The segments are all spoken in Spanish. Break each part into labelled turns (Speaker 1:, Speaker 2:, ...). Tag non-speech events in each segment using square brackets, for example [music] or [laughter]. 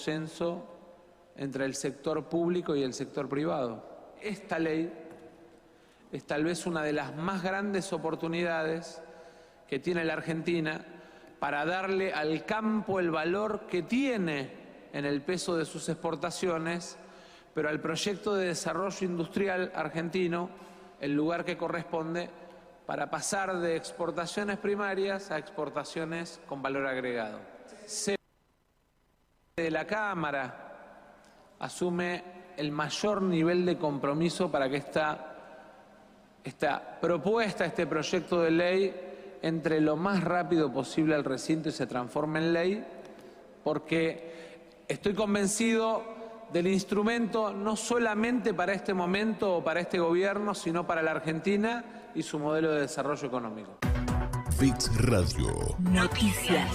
Speaker 1: consenso entre el sector público y el sector privado. Esta ley es tal vez una de las más grandes oportunidades que tiene la Argentina para darle al campo el valor que tiene en el peso de sus exportaciones, pero al proyecto de desarrollo industrial argentino el lugar que corresponde para pasar de exportaciones primarias a exportaciones con valor agregado. Se de la Cámara asume el mayor nivel de compromiso para que esta, esta propuesta, este proyecto de ley, entre lo más rápido posible al recinto y se transforme en ley, porque estoy convencido del instrumento no solamente para este momento o para este gobierno, sino para la Argentina y su modelo de desarrollo económico.
Speaker 2: Fix Radio.
Speaker 3: Noticias.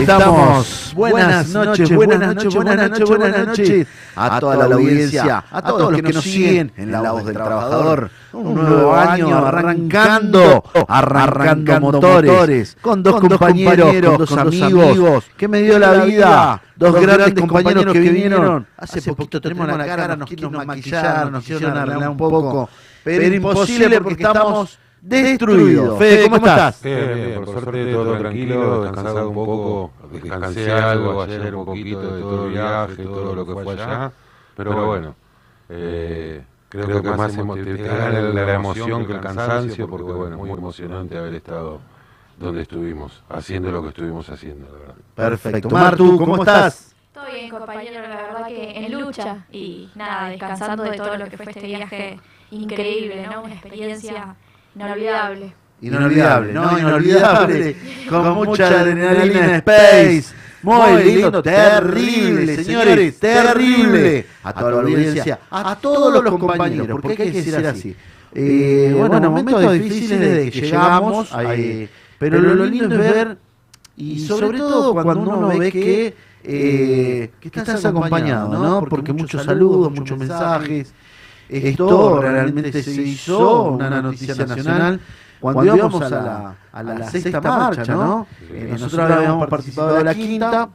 Speaker 3: estamos. Buenas noches, buenas noches, buenas noches, buenas noches a toda la audiencia, a todos los que nos siguen en La Voz del Trabajador. Un nuevo año arrancando, arrancando motores, con dos compañeros, con dos amigos, que me dio la vida. Dos grandes compañeros que vinieron. Hace poquito tenemos la cara, nos quisieron maquillar, nos quisieron arreglar un poco, pero imposible porque estamos destruido. Fede, ¿cómo estás?
Speaker 4: Bien, bien, por, suerte, todo tranquilo, descansado un poco, descansé algo ayer un poquito de todo el viaje, todo lo que fue allá, pero, bueno, eh, creo, que, más emo- te- te gana la, la emoción que el cansancio, porque bueno, muy emocionante haber estado donde estuvimos, haciendo lo que estuvimos haciendo, la verdad.
Speaker 3: Perfecto. Martu, ¿cómo estás?
Speaker 5: Todo bien, compañero, la verdad que en lucha y nada, descansando de todo lo que fue este viaje increíble, ¿no? Una experiencia inolvidable.
Speaker 3: Inolvidable, ¿no? Inolvidable. [laughs] Con mucha adrenalina en Space. Muy lindo, terrible, señores, terrible. A toda la audiencia, a todos los compañeros, porque hay que decir así. Eh, bueno, momentos difíciles de que llegamos, eh, pero lo lindo es ver, y sobre todo cuando uno ve que, eh, que estás acompañado, ¿no? Porque muchos saludos, muchos mensajes. Esto realmente se hizo una noticia nacional cuando, íbamos a la, a la sexta marcha, ¿no? Eh, nosotros habíamos participado de la quinta,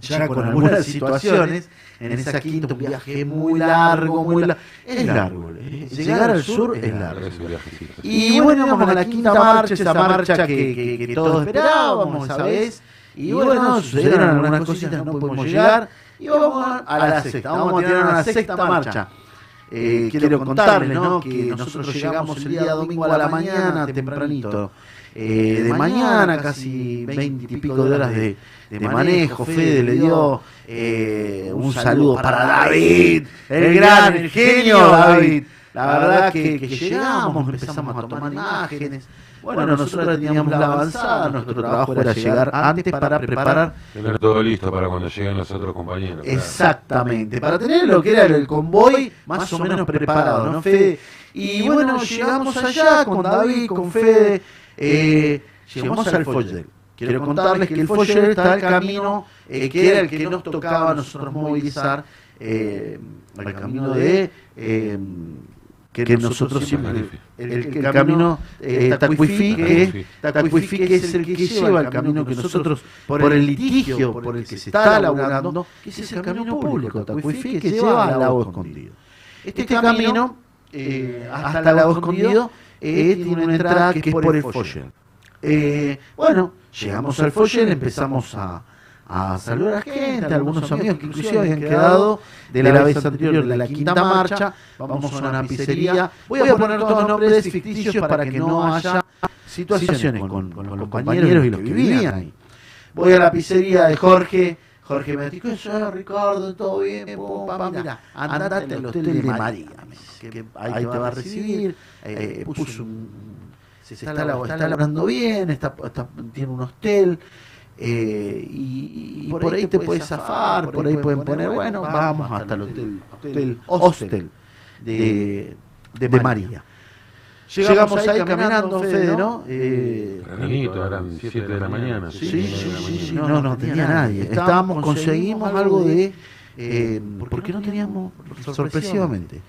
Speaker 3: ya con algunas situaciones, en esa quinta un viaje muy largo, muy largo. Es largo, eh. llegar al sur es largo.
Speaker 4: Es un viajecito.
Speaker 3: Y bueno, íbamos a la quinta marcha, esa marcha que, que- que todos esperábamos esa vez. Y bueno, sucedieron algunas cositas, no pudimos llegar. Y vamos a la sexta, vamos a tirar una sexta marcha. Eh, quiero contarles ¿no? que nosotros llegamos el día domingo a la mañana, tempranito. Eh, de mañana, casi 20 y pico de horas de, de manejo. Fede le dio eh, un saludo para David, el gran, el genio David. La verdad que, que llegamos, empezamos a tomar imágenes. Bueno, nosotros teníamos la avanzada, nuestro trabajo era llegar antes para preparar
Speaker 4: Tener todo listo para cuando lleguen los otros compañeros. claro.
Speaker 3: Exactamente, para tener lo que era el convoy más o menos preparado, ¿no, Fede? Y bueno, llegamos allá con David, con Fede, eh, llegamos al Foyer. Quiero contarles que el Foyer está el camino eh, que era el que nos tocaba a nosotros movilizar, eh, el camino de... eh, que, nosotros siempre el, el- el camino eh, Tacuifí, que es, Tacuifí, que es el que lleva el camino que nosotros, por el litigio por el que se está laburando, que ese es el camino público, Tacuifí, que lleva al lago escondido. Este, camino, eh, hasta el lago escondido, eh, tiene una entrada que es por el Foyer. Eh, bueno, llegamos al Foyer, empezamos a, a saludar a la gente, a algunos amigos que inclusive habían quedado de la vez anterior, de la quinta marcha, vamos a una pizzería. Voy a poner todos nombres ficticios para que no haya situaciones con, con los compañeros y los que vivían ahí. Voy a la pizzería de Jorge. Jorge me dice, ¿qué sos, Ricardo? ¿Todo bien? Pum, pam, mira, andate al hotel de María, me dice, que ahí te va a recibir. Eh, puso un- se está, lab- está laburando bien, está, está- tiene un hostel. eh, y, y por, ahí te puedes zafar, por ahí pueden poner, bueno, vamos hasta el hotel, hotel- hostel de, de María. Llegamos ahí caminando, Fede, ¿no? Eh,
Speaker 4: Tempranito, eran 7 de la mañana.
Speaker 3: Sí,
Speaker 4: siete y
Speaker 3: sí,
Speaker 4: media de la
Speaker 3: sí,
Speaker 4: mañana.
Speaker 3: sí, no, no, tenía nadie. Estábamos, conseguimos algo de... eh, porque no teníamos, sorpresivamente.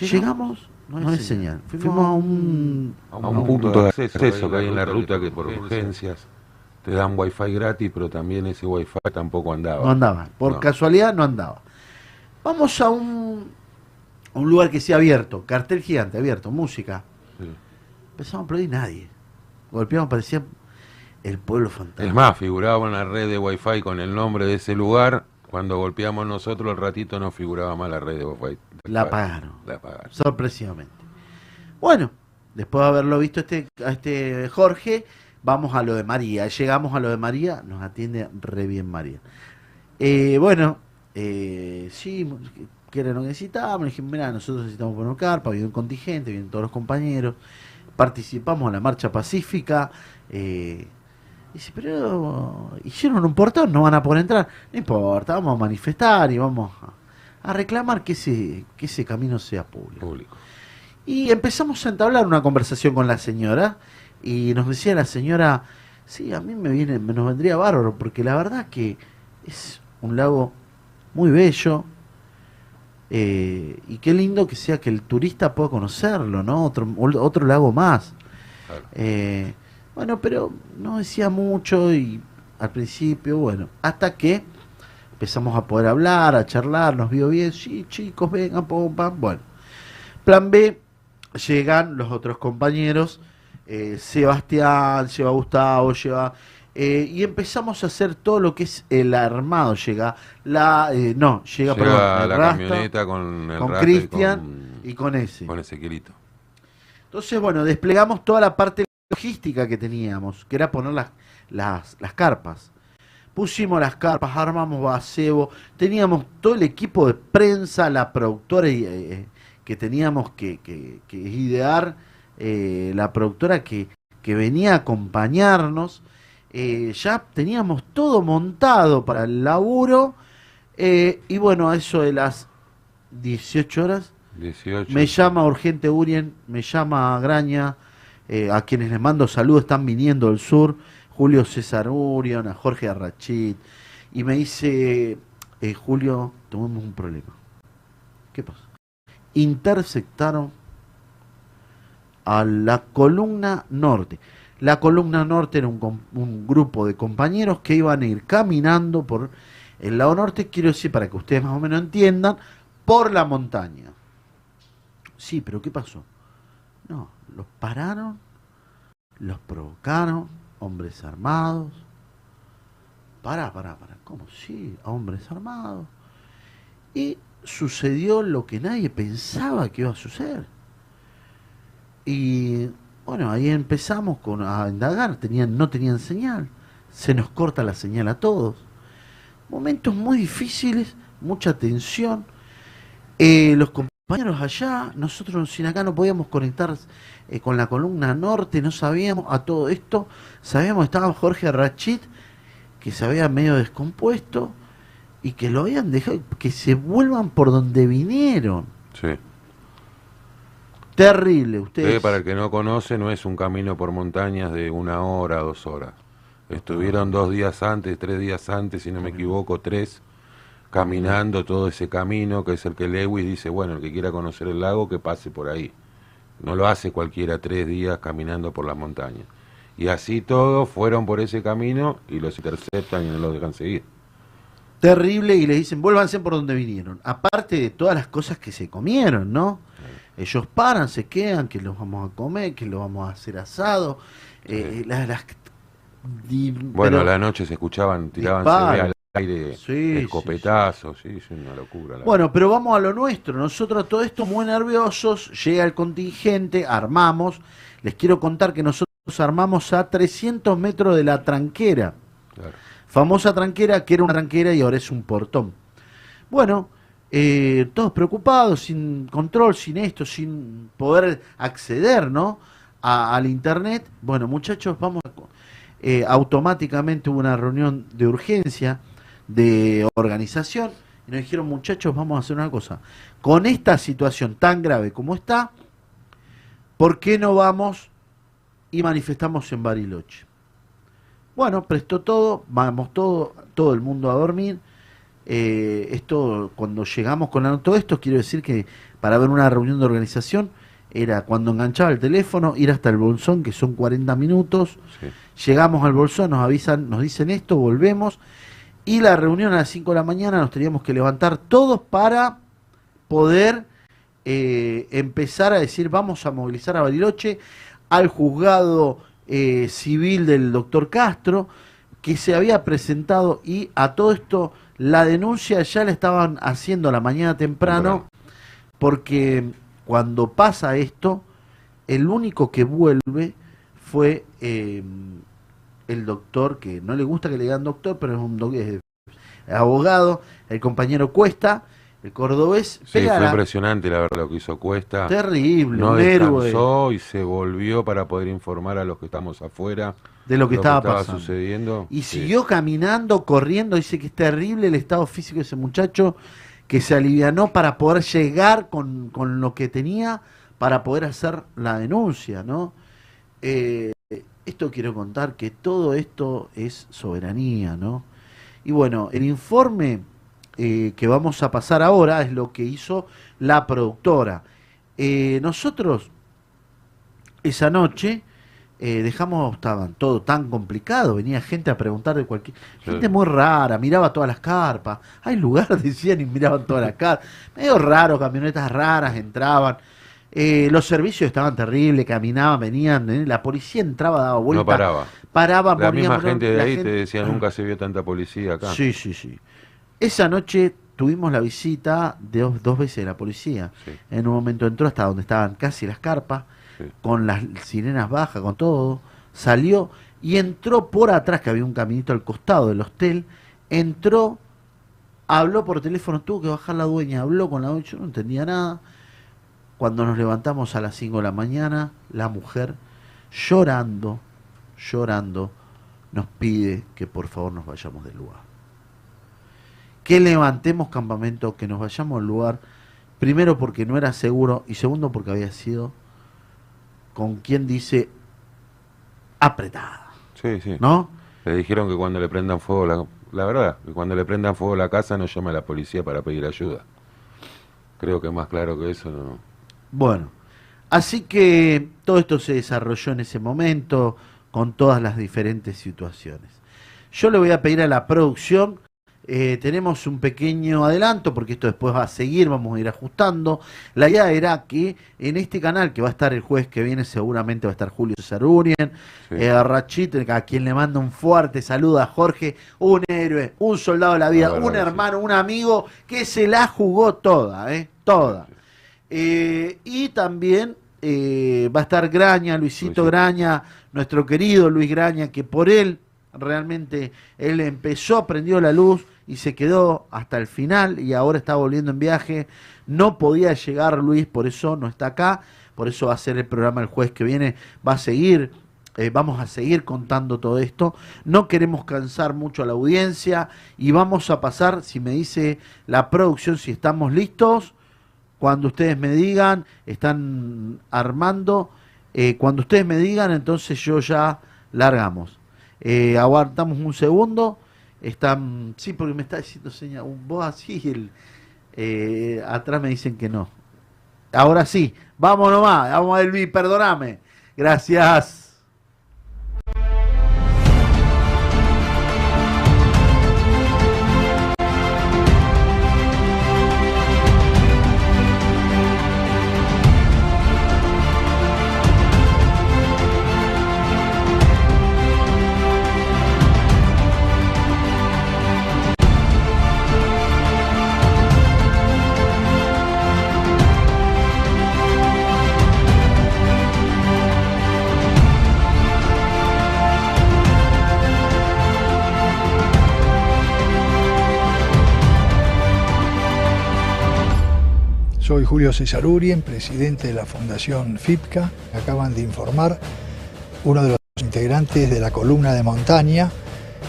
Speaker 3: Llegamos, no es señal. Fuimos a un...
Speaker 4: a un, punto de acceso que hay en la ruta que por urgencias te dan wifi gratis, pero también ese wifi tampoco andaba.
Speaker 3: No andaba, por
Speaker 4: No.
Speaker 3: casualidad no andaba. Vamos a un, a un lugar que sea abierto, cartel gigante, abierto, música.
Speaker 4: Sí.
Speaker 3: Empezamos a aplaudir nadie. Golpeamos, parecía el pueblo fantasma.
Speaker 4: Es más, figuraba una red de wifi con el nombre de ese lugar. Cuando golpeamos nosotros el ratito no figuraba más la red de wifi.
Speaker 3: La apagaron.
Speaker 4: La apagaron.
Speaker 3: sorpresivamente. Bueno, después de haberlo visto este, a este Jorge, vamos a lo de María. Llegamos a lo de María, nos atiende re bien María. Eh, bueno, eh, sí, que era lo que necesitábamos. Le dije, mira, nosotros necesitamos poner carpa, viene un contingente, vienen todos los compañeros. Participamos en la marcha pacífica. eh, Dice, pero hicieron un portón, no van a poder entrar. No importa, vamos a manifestar y vamos a, a reclamar que ese, que ese camino sea público.
Speaker 4: Público.
Speaker 3: Y empezamos a entablar una conversación con la señora y nos decía la señora, Sí, a mí me viene, me- nos vendría bárbaro, porque la verdad que es un lago muy bello. eh, y qué lindo que sea que el turista pueda conocerlo, ¿no? Otro, ol- otro lago más.
Speaker 4: Claro.
Speaker 3: Eh, bueno, pero no decía mucho y al principio, bueno, hasta que empezamos a poder hablar, a charlar, nos vio bien, sí, chicos, vengan, pum, pam, bueno. Plan B, llegan los otros compañeros, eh, Sebastián, lleva Gustavo, lleva... eh, y empezamos a hacer todo lo que es el armado, llega la... eh, no, llega,
Speaker 4: Llega
Speaker 3: perdón, el
Speaker 4: la
Speaker 3: Rasta
Speaker 4: camioneta con el
Speaker 3: con
Speaker 4: Rata y
Speaker 3: Cristian y con ese.
Speaker 4: con Ezequielito.
Speaker 3: Entonces, bueno, desplegamos toda la parte logística que teníamos, que era poner las, las, las carpas. Pusimos las carpas, armamos basebo, teníamos todo el equipo de prensa, la productora y, eh, que teníamos que, que- que idear, eh, la productora que, que venía a acompañarnos. Eh, ya teníamos todo montado para el laburo. eh, y bueno, a eso de las 18 horas
Speaker 4: 18.
Speaker 3: me llama urgente Urien, me llama Graña, eh, a quienes les mando saludos, están viniendo del sur, Julio César Urien, a Jorge Arrachit, y me dice, eh, Julio, tuvimos un problema. ¿Qué pasó? Interceptaron a la columna norte. La columna norte era un, com- un grupo de compañeros que iban a ir caminando por el lado norte, quiero decir, para que ustedes más o menos entiendan, por la montaña. Sí, pero ¿qué pasó? No, los pararon, los provocaron, hombres armados. Pará, pará, pará. ¿Cómo sí? A hombres armados. Y sucedió lo que nadie pensaba que iba a suceder. Y bueno, ahí empezamos con, a indagar. Tenían, no tenían señal. Se nos corta la señal a todos. Momentos muy difíciles, mucha tensión. Eh, los compañeros allá, nosotros sin acá no podíamos conectar eh, con la columna norte, no sabíamos a todo esto. Sabíamos que estaba Jorge Rachid, que se había medio descompuesto y que lo habían dejado, que se vuelvan por donde vinieron.
Speaker 4: Sí.
Speaker 3: Terrible, ustedes.
Speaker 4: Que para el que no conoce, no es un camino por montañas de una hora, dos horas.
Speaker 3: Ah.
Speaker 4: Estuvieron dos días antes, tres días antes, si no me equivoco, tres, caminando todo ese camino, que es el que Lewis dice, bueno, el que quiera conocer el lago, que pase por ahí. No lo hace cualquiera tres días caminando por las montañas. Y así todos fueron por ese camino y los interceptan y no los dejan seguir.
Speaker 3: terrible y le dicen, vuélvanse por donde vinieron. Aparte de todas las cosas que se comieron, ¿no? Ellos paran, se quedan, que los vamos a comer, que los vamos a hacer asado. eh, las, las- di-
Speaker 4: Bueno,
Speaker 3: pero-
Speaker 4: a la noche se escuchaban, tiraban
Speaker 3: Disparo.
Speaker 4: al aire
Speaker 3: Sí, sí,
Speaker 4: escopetazos, sí, es una locura. la
Speaker 3: Bueno, pero vamos a lo nuestro. Nosotros todo esto muy nerviosos, llega el contingente, armamos. Les quiero contar que nosotros armamos a 300 metros de la tranquera.
Speaker 4: verdad, claro.
Speaker 3: famosa tranquera, que era una tranquera y ahora es un portón. Bueno, eh, todos preocupados, sin control, sin esto, sin poder acceder, ¿no? A- al internet. Bueno, muchachos, vamos. a co- eh, automáticamente hubo una reunión de urgencia de organización y nos dijeron, muchachos, vamos a hacer una cosa. Con esta situación tan grave como está, ¿por qué no vamos y manifestamos en Bariloche? Bueno, prestó todo, vamos todo, todo el mundo a dormir. Eh, esto, cuando llegamos con la- todo esto, quiero decir que para ver una reunión de organización era cuando enganchaba el teléfono, ir hasta el bolsón, que son 40 minutos.
Speaker 4: sí.
Speaker 3: Llegamos al bolsón, nos avisan, nos dicen esto, volvemos. Y la reunión a las 5 de la mañana nos teníamos que levantar todos para poder eh, empezar a decir vamos a movilizar a Bariloche al juzgado eh, civil del doctor Castro que se había presentado y a todo esto la denuncia ya la estaban haciendo a la mañana temprano porque cuando pasa esto el único que vuelve fue eh, el doctor que no le gusta que le digan doctor pero es un doc- es abogado el compañero Cuesta el cordobés
Speaker 4: Sí, fue
Speaker 3: Perara.
Speaker 4: impresionante la verdad lo que hizo Cuesta.
Speaker 3: Terrible,
Speaker 4: No
Speaker 3: un héroe
Speaker 4: descansó y se volvió para poder informar a los que estamos afuera
Speaker 3: de lo que estaba pasando.
Speaker 4: sucediendo.
Speaker 3: Y
Speaker 4: Sí.
Speaker 3: siguió caminando, corriendo. Dice que es terrible el estado físico de ese muchacho que se alivianó para poder llegar con, con lo que tenía para poder hacer la denuncia, ¿no? Eh, eh, esto quiero contar que todo esto es soberanía, ¿no? Y bueno, el informe eh, que vamos a pasar ahora es lo que hizo la productora. Eh, nosotros esa noche eh, dejamos, estaban todo tan complicado, venía gente a preguntar de cualquier... Gente muy rara, miraba todas las carpas, hay lugar, [laughs] decían, y miraban todas las carpas. Medio raro, camionetas raras entraban. Eh, los servicios estaban terribles, caminaban, venían, eh, la policía entraba, daba vuelta.
Speaker 4: No paraba.
Speaker 3: Paraba,
Speaker 4: La
Speaker 3: ponía-
Speaker 4: misma gente de
Speaker 3: la
Speaker 4: ahí te
Speaker 3: gente- Ah.
Speaker 4: decía, nunca se vio tanta policía acá.
Speaker 3: Sí, sí, sí. Esa noche tuvimos la visita de dos, dos veces de la policía.
Speaker 4: Sí.
Speaker 3: En un momento entró hasta donde estaban casi las carpas,
Speaker 4: Sí.
Speaker 3: con las sirenas bajas, con todo. Salió y entró por atrás, que había un caminito al costado del hostel. Entró, habló por teléfono, tuvo que bajar la dueña, habló con la dueña, yo no entendía nada. Cuando nos levantamos a las 5 de la mañana, la mujer llorando, llorando, nos pide que por favor nos vayamos del lugar. Que levantemos campamento, que nos vayamos al lugar, primero porque no era seguro y segundo porque había sido con quien dice apretada,
Speaker 4: Sí, sí.
Speaker 3: ¿no?
Speaker 4: Le dijeron que cuando le prendan fuego la, la verdad, que cuando le prendan fuego la casa no llame a la policía para pedir ayuda. Creo que más claro que eso no.
Speaker 3: Bueno, así que todo esto se desarrolló en ese momento con todas las diferentes situaciones. Yo le voy a pedir a la producción, eh, tenemos un pequeño adelanto porque esto después va a seguir, vamos a ir ajustando. La idea era que en este canal, que va a estar el jueves que viene, seguramente va a estar Julio Sarunien,
Speaker 4: Sí.
Speaker 3: eh, a Rachid, a quien le mando un fuerte saludo a Jorge, un héroe, un soldado de la vida,
Speaker 4: La verdad
Speaker 3: un
Speaker 4: que sí.
Speaker 3: hermano, un amigo que se la jugó toda, ¿eh? Toda. Eh, y también eh, va a estar Graña, Luisito
Speaker 4: Luisito.
Speaker 3: Graña, nuestro querido Luis Graña, que por él realmente él empezó, prendió la luz y se quedó hasta el final y ahora está volviendo en viaje. No podía llegar Luis, por eso no está acá, por eso va a ser el programa el jueves que viene, va a seguir. eh, vamos a seguir contando todo esto. No queremos cansar mucho a la audiencia y vamos a pasar, si me dice la producción, si estamos listos, cuando ustedes me digan, están armando, eh, cuando ustedes me digan, entonces yo ya largamos. Eh, aguantamos un segundo, están, sí, porque me está diciendo señal, un- vos así, el, eh, atrás me dicen que no. Ahora sí, vamos nomás, vamos Elvi, perdóname. Gracias.
Speaker 6: Soy Julio César Urien, presidente de la Fundación FIPCA. Acaban de informar uno de los integrantes de la columna de montaña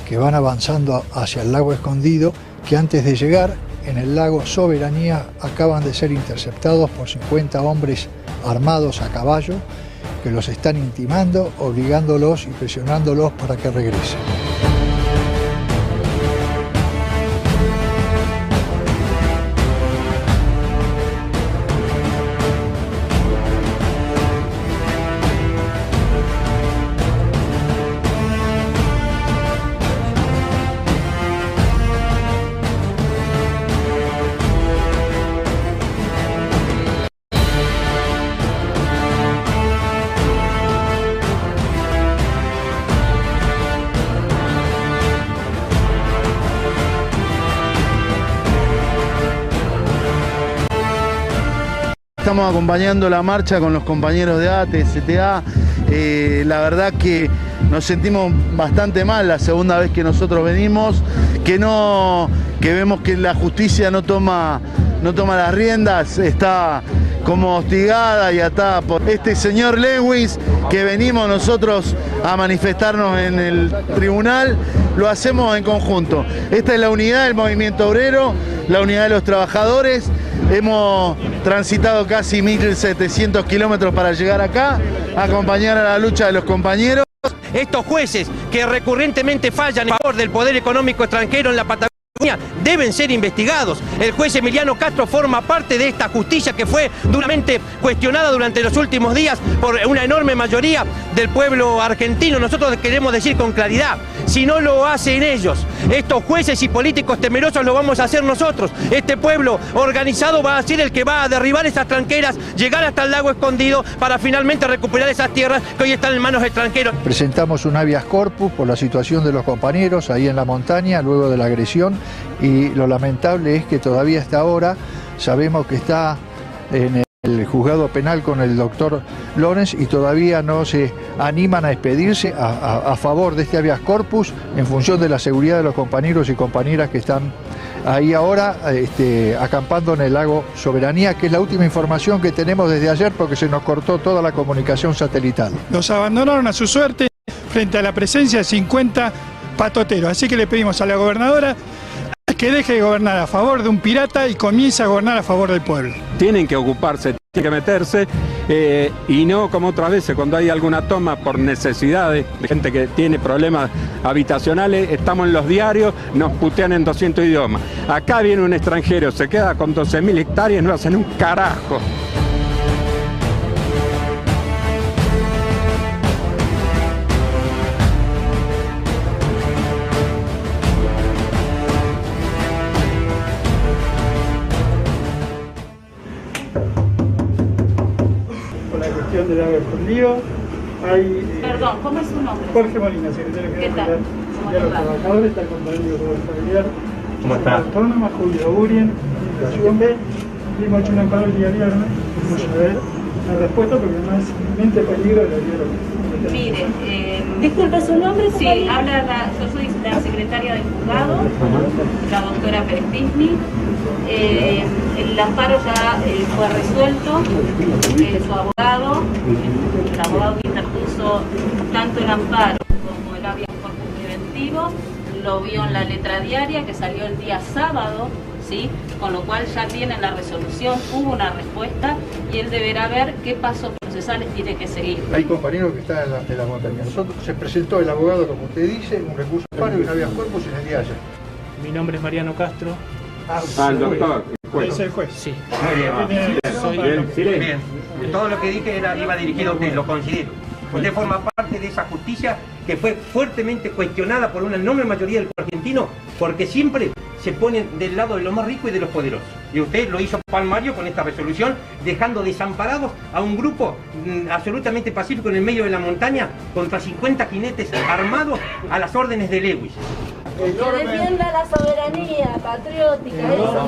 Speaker 6: que van avanzando hacia el lago escondido, que antes de llegar en el lago Soberanía acaban de ser interceptados por 50 hombres armados a caballo que los están intimando, obligándolos y presionándolos para que regresen.
Speaker 7: Estamos acompañando la marcha con los compañeros de ATE, CTA. Eh, la verdad que nos sentimos bastante mal la segunda vez que nosotros venimos, que no, que vemos que la justicia no toma, no toma las riendas, está como hostigada y atada por este señor Lewis que venimos nosotros a manifestarnos en el tribunal, lo hacemos en conjunto. Esta es la unidad del movimiento obrero, la unidad de los trabajadores. Hemos transitado casi 1.700 kilómetros para llegar acá, a acompañar a la lucha de los compañeros.
Speaker 8: Estos jueces que recurrentemente fallan en favor del poder económico extranjero en la Patagonia deben ser investigados. El juez Emiliano Castro forma parte de esta justicia que fue duramente cuestionada durante los últimos días por una enorme mayoría del pueblo argentino. Nosotros queremos decir con claridad, si no lo hacen ellos, estos jueces y políticos temerosos lo vamos a hacer nosotros. Este pueblo organizado va a ser el que va a derribar esas tranqueras, llegar hasta el lago escondido para finalmente recuperar esas tierras que hoy están en manos extranjeros.
Speaker 6: Presentamos un habeas corpus por la situación de los compañeros ahí en la montaña luego de la agresión y lo lamentable es que todavía hasta ahora sabemos que está en el juzgado penal con el doctor Lorenz y todavía no se animan a expedirse a, a- a favor de este habeas corpus en función de la seguridad de los compañeros y compañeras que están ahí ahora este, acampando en el lago Soberanía, que es la última información que tenemos desde ayer porque se nos cortó toda la comunicación satelital.
Speaker 9: Los abandonaron a su suerte frente a la presencia de 50 patoteros. Así que le pedimos a la gobernadora que deje de gobernar a favor de un pirata y comience a gobernar a favor del pueblo.
Speaker 10: tienen que ocuparse, tienen que meterse eh, y no como otras veces cuando hay alguna toma por necesidades de gente que tiene problemas habitacionales, estamos en los diarios, nos putean en 200 idiomas. Acá viene un extranjero, se queda con 12.000 hectáreas, no hacen un carajo.
Speaker 9: Por la cuestión del agua escondido, hay... eh,
Speaker 11: Perdón, ¿cómo es su nombre?
Speaker 9: Jorge Molina, secretario general
Speaker 11: ¿Qué tal?
Speaker 9: de
Speaker 11: ¿Cómo
Speaker 9: de
Speaker 11: te
Speaker 9: los
Speaker 11: va?
Speaker 9: trabajadores, está el compañero familiar. Autónoma, Julio Urien, Fundación B. Hemos hecho un amparo el día viernes. Vamos a ver la respuesta porque no es inminente peligro de la vida.
Speaker 11: Mire, eh, disculpe su nombre. Sí, habla la- yo soy la secretaria del juzgado, la doctora Pérez Pisni. Eh, el amparo ya eh, fue resuelto, eh, su abogado, el abogado que interpuso tanto el amparo como el habeas corpus preventivo, lo vio en la letra diaria que salió el día sábado, ¿sí? con lo cual ya tienen la resolución, hubo una respuesta y él deberá ver qué pasos procesales tiene que seguir.
Speaker 6: Hay compañeros que están en la, en la montaña. Nosotros se presentó el abogado, como usted dice, un recurso de amparo y un habeas corpus en el día de ayer.
Speaker 12: Mi nombre es Mariano Castro.
Speaker 2: Ah,
Speaker 10: Al Ah, doctor, el juez.
Speaker 9: Es el juez.
Speaker 12: Sí.
Speaker 9: Soy-
Speaker 10: Bien, silencio.
Speaker 2: Bien. Todo lo que dije era, iba dirigido a usted, lo considero. Usted forma parte de esa justicia que fue fuertemente cuestionada por una enorme mayoría del pueblo argentino porque siempre se ponen del lado de los más ricos y de los poderosos. Y usted lo hizo palmario con esta resolución, dejando desamparados a un grupo mm, absolutamente pacífico en el medio de la montaña contra 50 jinetes armados a las órdenes de Lewis.
Speaker 13: Que defienda la soberanía patriótica. eso.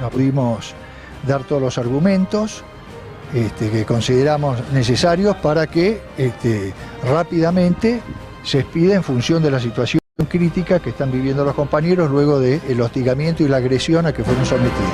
Speaker 6: No pudimos dar todos los argumentos este, que consideramos necesarios para que este, rápidamente se expida en función de la situación crítica que están viviendo los compañeros luego del hostigamiento y la agresión a que fueron sometidos.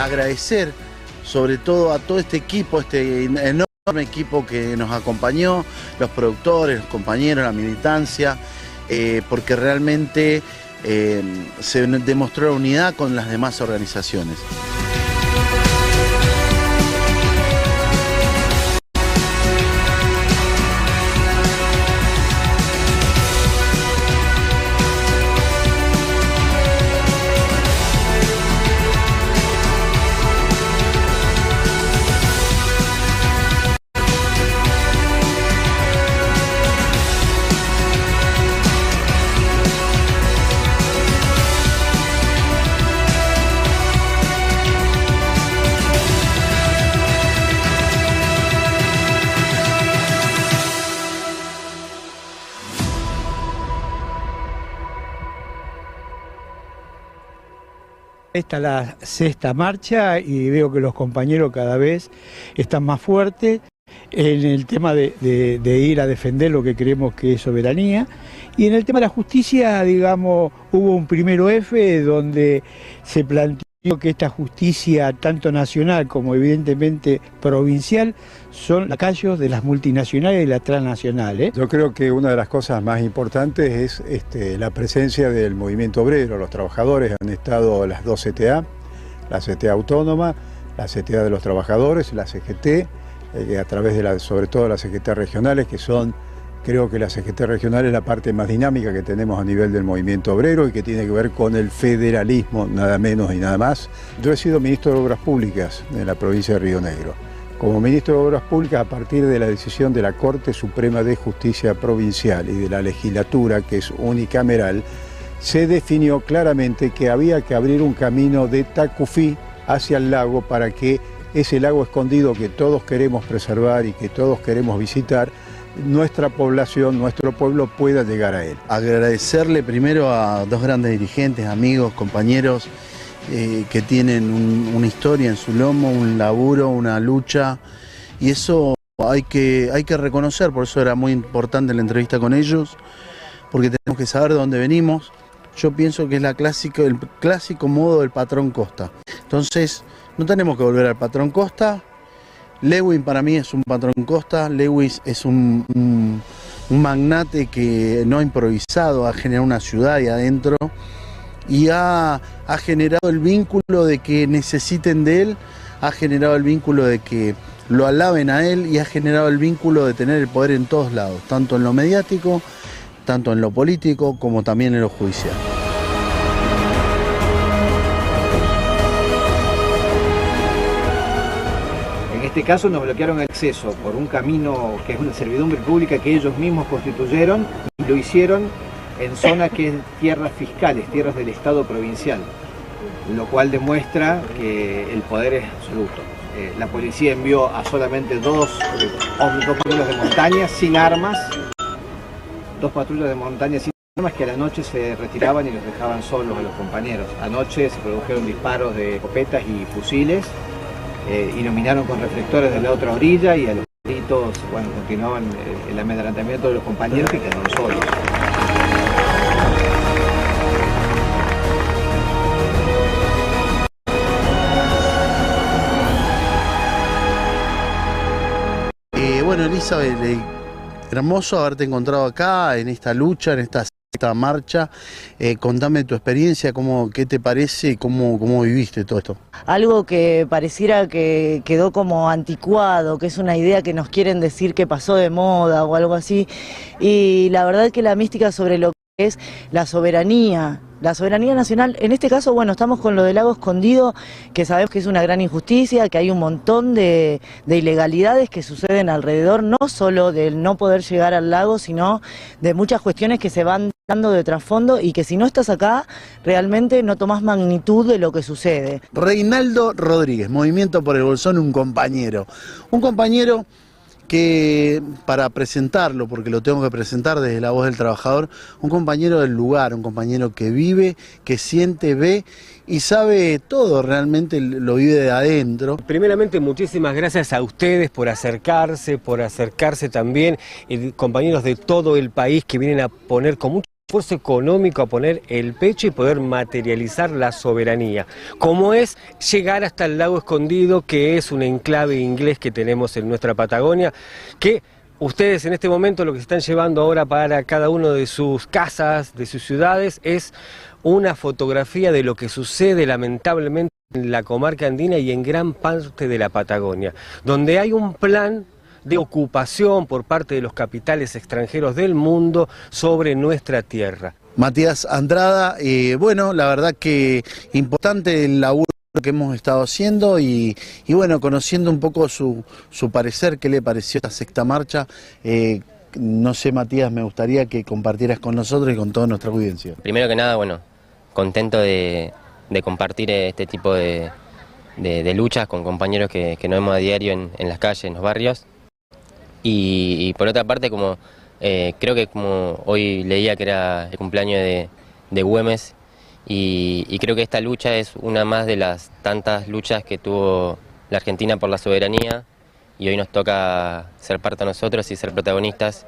Speaker 3: agradecer sobre todo a todo este equipo, este enorme equipo que nos acompañó, los productores, los compañeros, la militancia, eh, porque realmente eh, se demostró unidad con las demás organizaciones.
Speaker 14: Esta es la sexta marcha y veo que los compañeros cada vez están más fuertes en el tema de, de- de ir a defender lo que creemos que es soberanía. Y en el tema de la justicia, digamos, hubo un primero F donde se planteó que esta justicia, tanto nacional como evidentemente provincial, son lacayos de las multinacionales y ¿eh? las transnacionales.
Speaker 15: Yo creo que una de las cosas más importantes es este, la presencia del movimiento obrero. Los trabajadores han estado las dos CTA, la CTA autónoma, la CTA de los trabajadores, la CGT, eh, que a través de la, sobre todo las CGT regionales, que son, creo que la CGT regional es la parte más dinámica que tenemos a nivel del movimiento obrero y que tiene que ver con el federalismo, nada menos y nada más. Yo he sido ministro de Obras Públicas en la provincia de Río Negro. Como ministro de Obras Públicas, a partir de la decisión de la Corte Suprema de Justicia Provincial y de la legislatura, que es unicameral, se definió claramente que había que abrir un camino de Tacufí hacia el lago para que ese lago escondido que todos queremos preservar y que todos queremos visitar, nuestra población, nuestro pueblo pueda llegar a él.
Speaker 3: Agradecerle primero a dos grandes dirigentes, amigos, compañeros, eh, que tienen un- una historia en su lomo, un laburo, una lucha, y eso hay que, hay que reconocer, por eso era muy importante la entrevista con ellos, porque tenemos que saber de dónde venimos. Yo pienso que es la clásico, el clásico modo del patrón Costa. Entonces, no tenemos que volver al patrón Costa, Lewin para mí es un patrón Costa, Lewis es un, un- un magnate que no ha improvisado, ha generado una ciudad ahí adentro y ha, ha generado el vínculo de que necesiten de él, ha generado el vínculo de que lo alaben a él y ha generado el vínculo de tener el poder en todos lados, tanto en lo mediático, tanto en lo político como también en lo judicial.
Speaker 16: En este caso nos bloquearon el acceso por un camino que es una servidumbre pública que ellos mismos constituyeron y lo hicieron en zonas que es tierras fiscales, tierras del Estado provincial, lo cual demuestra que el poder es absoluto. Eh, la policía envió a solamente dos eh, om- dos patrullas de montaña sin armas, dos patrullas de montaña sin armas que a la noche se retiraban y los dejaban solos a los compañeros. Anoche se produjeron disparos de escopetas y fusiles eh, iluminaron con reflectores de la otra orilla y a los gritos, bueno, continuaban eh, el amedrentamiento de los compañeros que quedaron solos.
Speaker 3: Eh, bueno, Elizabeth, eh, hermoso haberte encontrado acá en esta lucha, en esta, esta marcha. Eh, contame tu experiencia, cómo, qué te parece y cómo, cómo viviste todo esto.
Speaker 13: Algo que pareciera que quedó como anticuado, que es una idea que nos quieren decir que pasó de moda o algo así. Y la verdad que la mística sobre lo que es la soberanía, la soberanía nacional, en este caso, bueno, estamos con lo del lago escondido, que sabemos que es una gran injusticia, que hay un montón de, de ilegalidades que suceden alrededor, no solo del no poder llegar al lago, sino de muchas cuestiones que se van dando de trasfondo y que si no estás acá, realmente no tomás magnitud de lo que sucede.
Speaker 3: Reinaldo Rodríguez, Movimiento por el Bolsón, un compañero. Un compañero que, para presentarlo, porque lo tengo que presentar desde la voz del trabajador, un compañero del lugar, un compañero que vive, que siente, ve y sabe todo, realmente lo vive de adentro.
Speaker 17: Primeramente, muchísimas gracias a ustedes por acercarse, por acercarse también, eh, compañeros de todo el país que vienen a poner con mucho esfuerzo económico a poner el pecho y poder materializar la soberanía, como es llegar hasta el lago escondido, que es un enclave inglés que tenemos en nuestra Patagonia, que ustedes en este momento lo que se están llevando ahora para cada uno de sus casas, de sus ciudades, es una fotografía de lo que sucede lamentablemente en la comarca andina y en gran parte de la Patagonia, donde hay un plan de ocupación por parte de los capitales extranjeros del mundo sobre nuestra tierra.
Speaker 3: Matías Andrada, eh, bueno, la verdad que importante el laburo que hemos estado haciendo y, y bueno, conociendo un poco su, su parecer, qué le pareció esta sexta marcha. eh, no sé, Matías, me gustaría que compartieras con nosotros y con toda nuestra audiencia.
Speaker 18: Primero que nada, bueno, contento de, de compartir este tipo de, de- de luchas con compañeros que, que nos vemos a diario en, en las calles, en los barrios. Y, y por otra parte, como eh, creo que como hoy leía que era el cumpleaños de, de Güemes Y, y creo que esta lucha es una más de las tantas luchas que tuvo la Argentina por la soberanía y hoy nos toca ser parte a nosotros y ser protagonistas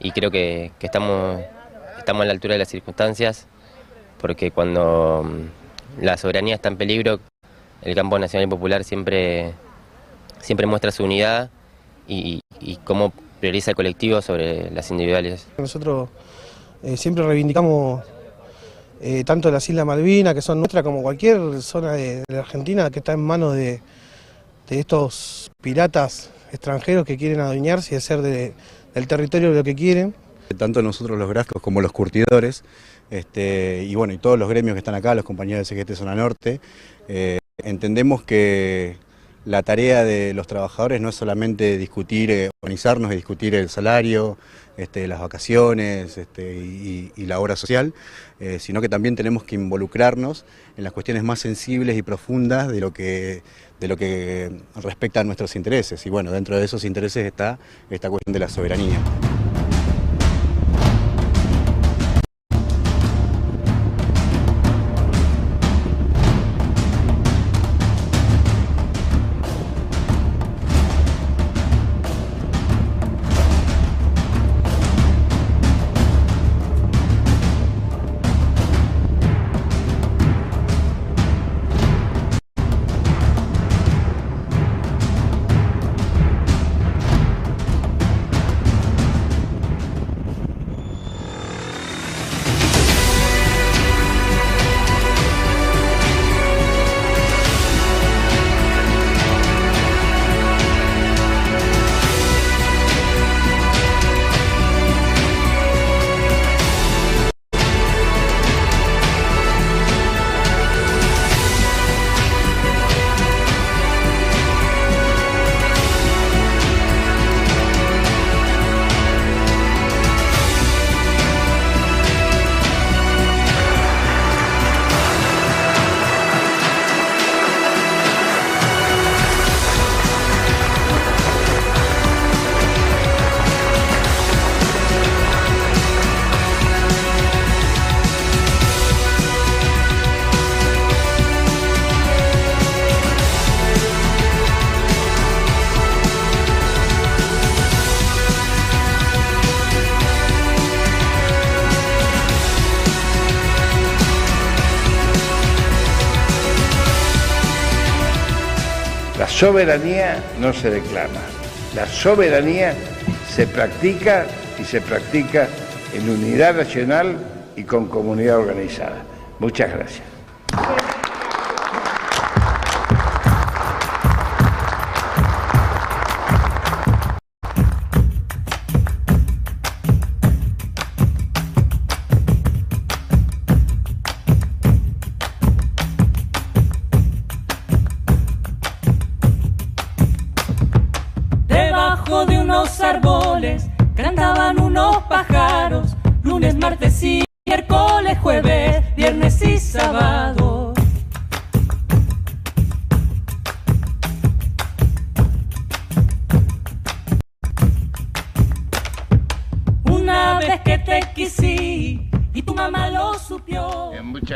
Speaker 18: y creo que, que estamos, estamos a la altura de las circunstancias porque cuando la soberanía está en peligro, el campo nacional y popular siempre, siempre muestra su unidad y, y cómo prioriza el colectivo sobre las individuales.
Speaker 19: Nosotros eh, siempre reivindicamos eh, tanto las Islas Malvinas, que son nuestras, como cualquier zona de, de la Argentina que está en manos de, de estos piratas extranjeros que quieren adueñarse y hacer de, del territorio lo que quieren.
Speaker 20: Tanto nosotros los gráficos como los curtidores, este, y bueno, y todos los gremios que están acá, los compañeros de CGT Zona Norte, eh, entendemos que la tarea de los trabajadores no es solamente discutir, eh, organizarnos y discutir el salario, este, las vacaciones este, y, y, la obra social, eh, sino que también tenemos que involucrarnos en las cuestiones más sensibles y profundas de lo que de lo que respecta a nuestros intereses. Y bueno, dentro de esos intereses está esta cuestión de la soberanía.
Speaker 21: soberanía no se declama, la soberanía se practica y se practica en unidad nacional y con comunidad organizada. Muchas gracias.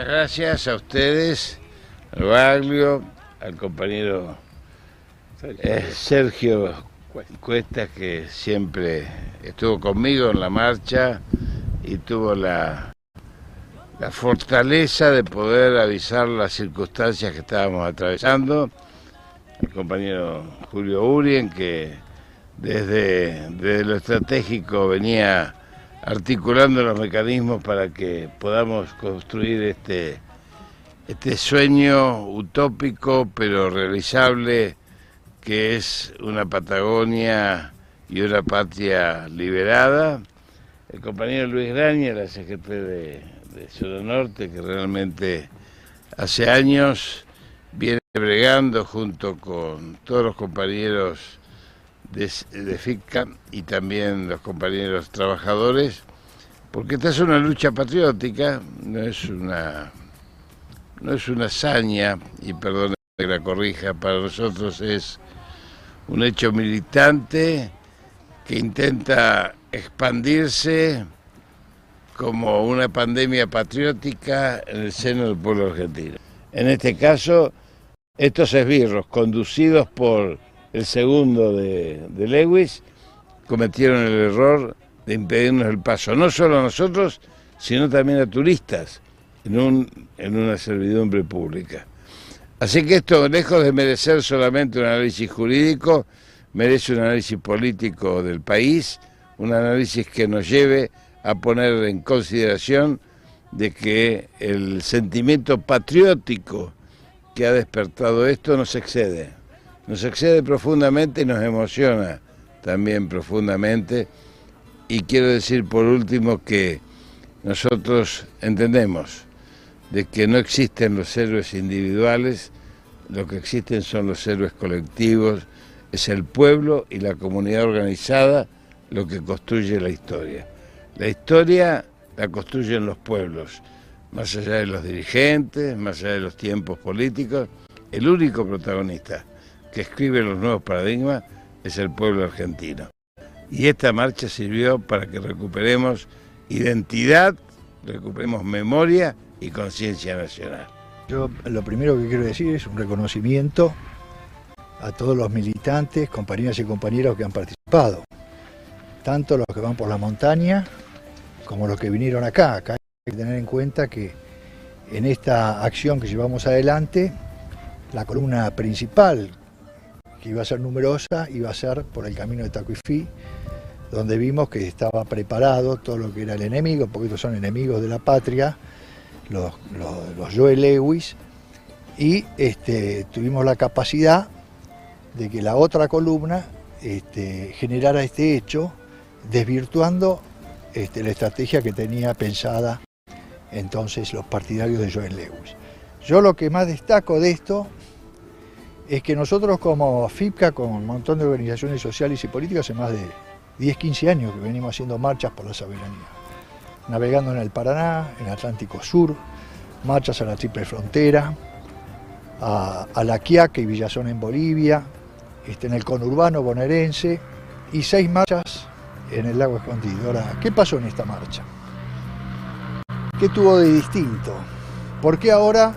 Speaker 21: gracias a ustedes, al Baglio, al compañero eh, Sergio, Cuesta, que siempre estuvo conmigo en la marcha y tuvo la, la fortaleza de poder avisar las circunstancias que estábamos atravesando, al compañero Julio Urien, que desde, desde lo estratégico venía articulando los mecanismos para que podamos construir este, este sueño utópico pero realizable que es una Patagonia y una patria liberada. El compañero Luis Graña, la CGT de, de Sudonorte, que realmente hace años viene bregando junto con todos los compañeros de, de FICA y también los compañeros trabajadores, porque esta es una lucha patriótica, no es una, no es una hazaña, y perdón que la corrija, para nosotros es un hecho militante que intenta expandirse como una pandemia patriótica en el seno del pueblo argentino. En este caso, estos esbirros, conducidos por el segundo de, de Lewis, cometieron el error de impedirnos el paso, no solo a nosotros, sino también a turistas, en, un, en una servidumbre pública. Así que esto, lejos de merecer solamente un análisis jurídico, merece un análisis político del país, un análisis que nos lleve a poner en consideración de que el sentimiento patriótico que ha despertado esto nos excede, nos excede profundamente y nos emociona también profundamente. Y quiero decir por último que nosotros entendemos de que no existen los héroes individuales, lo que existen son los héroes colectivos, es el pueblo y la comunidad organizada lo que construye la historia. La historia la construyen los pueblos, más allá de los dirigentes, más allá de los tiempos políticos. El único protagonista que escribe los nuevos paradigmas es el pueblo argentino. Y esta marcha sirvió para que recuperemos identidad, recuperemos memoria y conciencia nacional.
Speaker 6: Yo lo primero que quiero decir es un reconocimiento a todos los militantes, compañeras y compañeros que han participado, tanto los que van por la montaña como los que vinieron acá. Acá hay que tener en cuenta que en esta acción que llevamos adelante, la columna principal, que iba a ser numerosa, iba a ser por el camino de Tacuifí, donde vimos que estaba preparado todo lo que era el enemigo, porque estos son enemigos de la patria, los, los, los Joe Lewis, y este, tuvimos la capacidad de que la otra columna este, generara este hecho, desvirtuando este, la estrategia que tenía pensada entonces los partidarios de Joel Lewis. Yo lo que más destaco de esto es que nosotros como FIPCA, con un montón de organizaciones sociales y políticas, hace más de 10, 15 años que venimos haciendo marchas por la soberanía, navegando en el Paraná, en Atlántico Sur, marchas a la triple frontera, a, a La Quiaca y Villazón en Bolivia, este, en el conurbano bonaerense y seis marchas en el lago escondido. Ahora, ¿qué pasó en esta marcha? ¿Qué tuvo de distinto? ¿Por qué ahora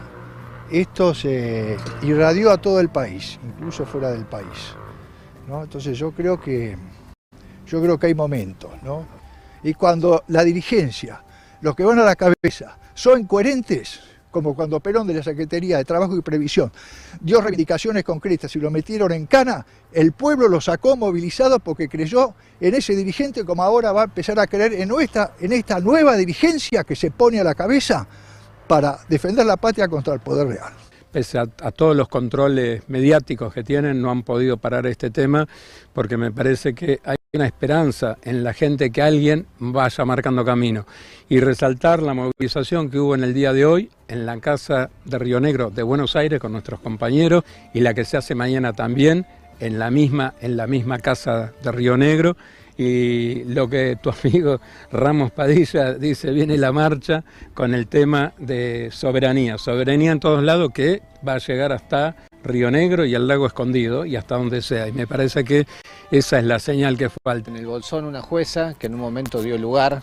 Speaker 6: esto se irradió a todo el país, incluso fuera del país? ¿no? Entonces yo creo que yo creo que hay momentos, ¿no? Y cuando la dirigencia, los que van a la cabeza, son coherentes, como cuando Perón de la Secretaría de Trabajo y Previsión dio reivindicaciones concretas y lo metieron en cana, el pueblo lo sacó movilizado porque creyó en ese dirigente como ahora va a empezar a creer en, nuestra, en esta nueva dirigencia que se pone a la cabeza para defender la patria contra el poder real.
Speaker 22: Pese a, a todos los controles mediáticos que tienen, no han podido parar este tema porque me parece que hay una esperanza en la gente que alguien vaya marcando camino. Y resaltar la movilización que hubo en el día de hoy en la Casa de Río Negro de Buenos Aires con nuestros compañeros y la que se hace mañana también en la misma, en la misma Casa de Río Negro. Y lo que tu amigo Ramos Padilla dice, viene la marcha con el tema de soberanía, soberanía en todos lados que va a llegar hasta Río Negro y al lago escondido y hasta donde sea. Y me parece que esa es la señal que falta.
Speaker 16: En el Bolsón una jueza que en un momento dio lugar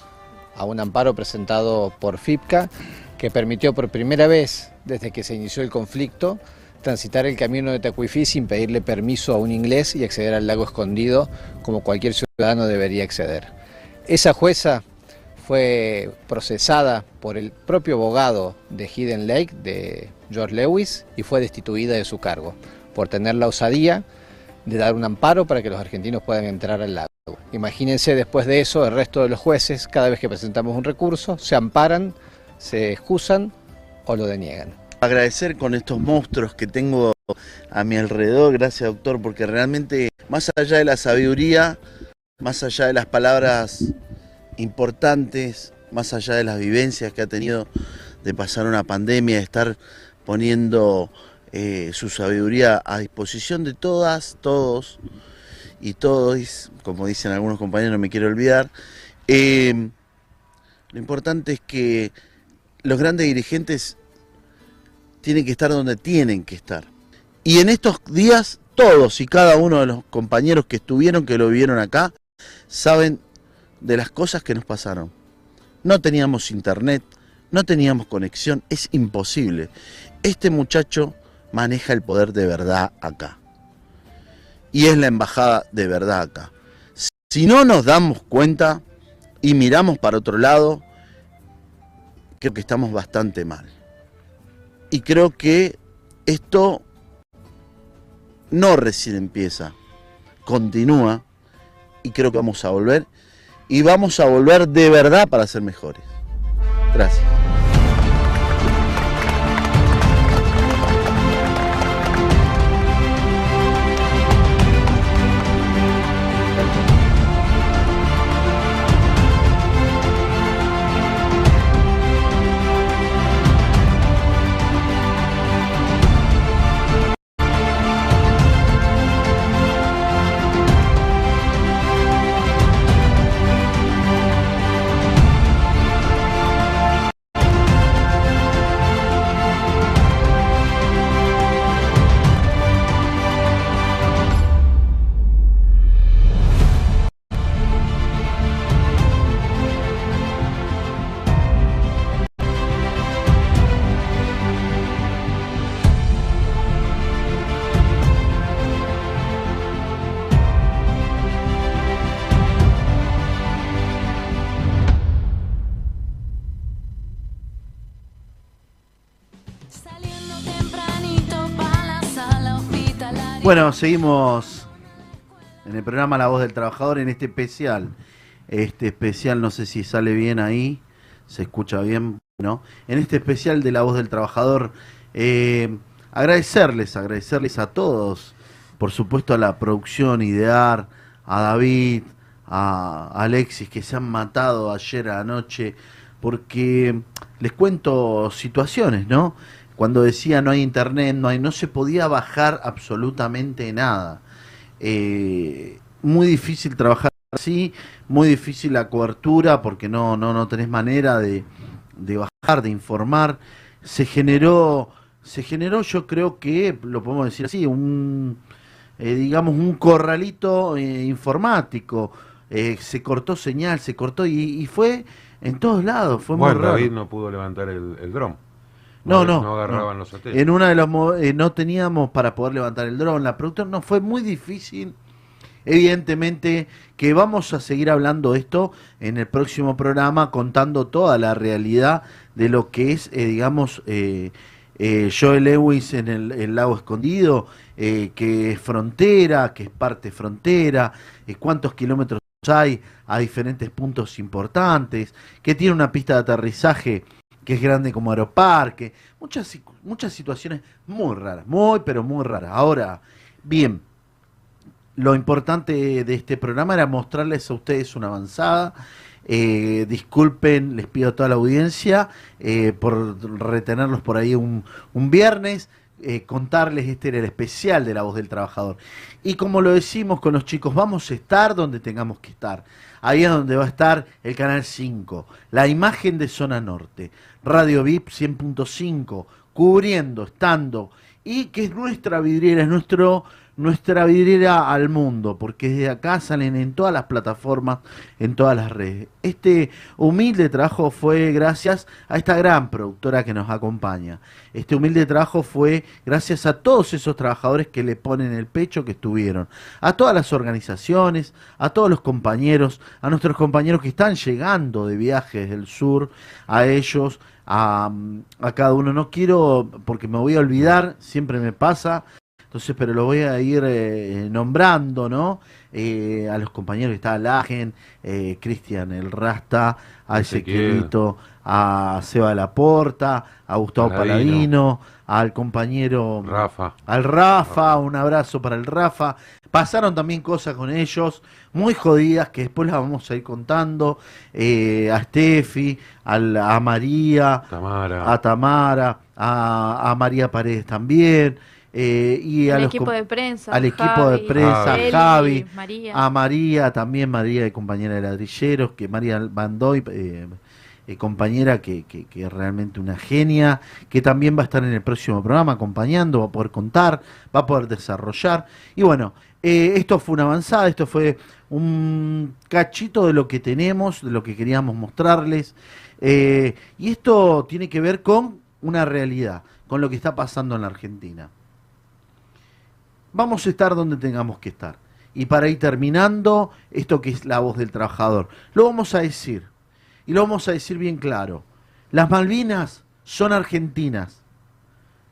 Speaker 16: a un amparo presentado por FIPCA que permitió por primera vez desde que se inició el conflicto transitar el camino de Tacuifí sin pedirle permiso a un inglés y acceder al lago escondido como cualquier ciudadano debería acceder. Esa jueza fue procesada por el propio abogado de Hidden Lake, de George Lewis, y fue destituida de su cargo por tener la osadía de dar un amparo para que los argentinos puedan entrar al lago. Imagínense después de eso, el resto de los jueces, cada vez que presentamos un recurso, se amparan, se excusan o lo deniegan.
Speaker 7: Agradecer con estos monstruos que tengo a mi alrededor, gracias doctor, porque realmente más allá de la sabiduría, más allá de las palabras importantes, más allá de las vivencias que ha tenido de pasar una pandemia, de estar poniendo eh, su sabiduría a disposición de todas, todos y todos, como dicen algunos compañeros, no me quiero olvidar. Eh, lo importante es que los grandes dirigentes tienen que estar donde tienen que estar. Y en estos días, todos y cada uno de los compañeros que estuvieron, que lo vivieron acá, saben de las cosas que nos pasaron. no teníamos internet, no teníamos conexión, es imposible. Este muchacho maneja el poder de verdad acá. Y es la embajada de verdad acá. Si no nos damos cuenta y miramos para otro lado, creo que estamos bastante mal. Y creo que esto no recién empieza, continúa y creo que vamos a volver y vamos a volver de verdad para ser mejores. Gracias.
Speaker 3: Bueno, seguimos en el programa La Voz del Trabajador en este especial. Este especial, no sé si sale bien ahí, se escucha bien, ¿no? En este especial de La Voz del Trabajador, eh, agradecerles, agradecerles a todos, por supuesto a la producción, Idear, a David, a Alexis, que se han matado ayer anoche, porque les cuento situaciones, ¿no? cuando decía no hay internet, no hay, no se podía bajar absolutamente nada. Eh, muy difícil trabajar así, muy difícil la cobertura porque no, no, no tenés manera de, de bajar, de informar. Se generó, se generó, yo creo que, lo podemos decir así, un eh, digamos un corralito eh, informático. Eh, se cortó señal, se cortó y, y fue en todos lados, fue
Speaker 4: bueno,
Speaker 3: muy raro.
Speaker 4: David no pudo levantar el, el dron.
Speaker 3: No, no.
Speaker 4: No agarraban
Speaker 3: no.
Speaker 4: los hoteles.
Speaker 3: En una de los mo- eh, no teníamos para poder levantar el dron. La productora no fue muy difícil. Evidentemente que vamos a seguir hablando de esto en el próximo programa, contando toda la realidad de lo que es, eh, digamos, eh, eh, Joel Lewis en el, el lago escondido, eh, que es frontera, que es parte frontera, eh, cuántos kilómetros hay a diferentes puntos importantes, que tiene una pista de aterrizaje que es grande como Aeroparque, muchas, si- muchas situaciones muy raras, muy pero muy raras. Ahora, bien, lo importante de este programa era mostrarles a ustedes una avanzada. Eh, disculpen, les pido a toda la audiencia eh, por retenerlos por ahí un, un viernes. eh, contarles este era el especial de la voz del trabajador. Y como lo decimos con los chicos, vamos a estar donde tengamos que estar. Ahí es donde va a estar el canal 5, la imagen de zona norte, Radio VIP 100.5, cubriendo, estando, y que es nuestra vidriera, es nuestro, nuestra vidriera al mundo, porque desde acá salen en todas las plataformas, en todas las redes. Este humilde trabajo fue gracias a esta gran productora que nos acompaña. Este humilde trabajo fue gracias a todos esos trabajadores que le ponen el pecho que estuvieron, a todas las organizaciones, a todos los compañeros, a nuestros compañeros que están llegando de viajes del sur, a ellos, a, a cada uno. No quiero, porque me voy a olvidar, siempre me pasa, entonces, pero lo voy a ir eh, nombrando, ¿no? Eh, a los compañeros, está Lagen, eh, Cristian el Rasta, a
Speaker 4: Ezequiel.
Speaker 3: Ezequielito, a Seba Laporta, a Gustavo
Speaker 4: Paladino.
Speaker 3: Paladino, al compañero
Speaker 4: Rafa.
Speaker 3: al Rafa, un abrazo para el Rafa. Pasaron también cosas con ellos, muy jodidas, que después las vamos a ir contando. Eh, a Steffi, al- a María,
Speaker 4: Tamara.
Speaker 3: a Tamara, a, a María Paredes también. eh, y a
Speaker 1: Al
Speaker 3: los
Speaker 1: equipo
Speaker 3: com-
Speaker 1: de prensa,
Speaker 3: Al equipo de
Speaker 1: Javi,
Speaker 3: prensa,
Speaker 1: Eli,
Speaker 3: Javi.
Speaker 1: María.
Speaker 3: Ah, A María, también María, de compañera de ladrilleros, que María Bandoy. eh, eh, compañera que, que- que es realmente una genia, que también va a estar en el próximo programa acompañando, va a poder contar, va a poder desarrollar. Y bueno, eh, esto fue una avanzada, esto fue un cachito de lo que tenemos, de lo que queríamos mostrarles. Eh, y esto tiene que ver con una realidad, con lo que está pasando en la Argentina. Vamos a estar donde tengamos que estar. Y para ir terminando, esto que es la voz del trabajador, lo vamos a decir. Y lo vamos a decir bien claro. Las Malvinas son argentinas.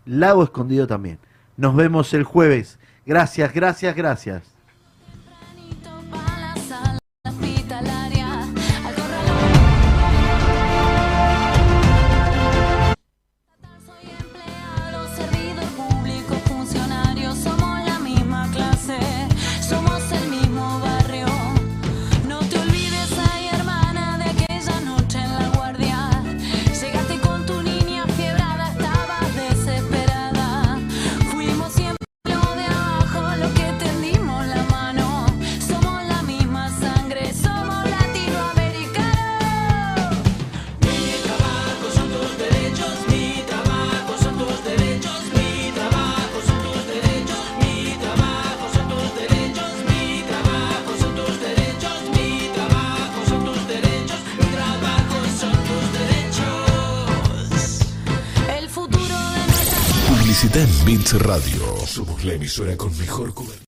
Speaker 3: Lago Escondido también. Nos vemos el jueves. Gracias, gracias, gracias.
Speaker 23: la sala hospitalaria, al corralón. Soy empleado, servidor público, funcionario, somos la misma clase, somos el mismo barrio. No te olvides ay hermana de aquella noche en la guardia. Llegaste con tu niña fiebrada, estabas desesperada. Fuimos siempre lo de abajo, lo que tendimos la mano. Somos la misma sangre, somos latinoamericanos. Mi trabajo son tus derechos, mi trabajo son tus derechos, mi trabajo son tus derechos, mi trabajo son tus derechos, mi trabajo son tus derechos, mi trabajo son tus derechos, mi trabajo son tus derechos. El futuro de nuestra
Speaker 2: Publicidad en Bits Radio. Somos la emisora con mejor cobertura.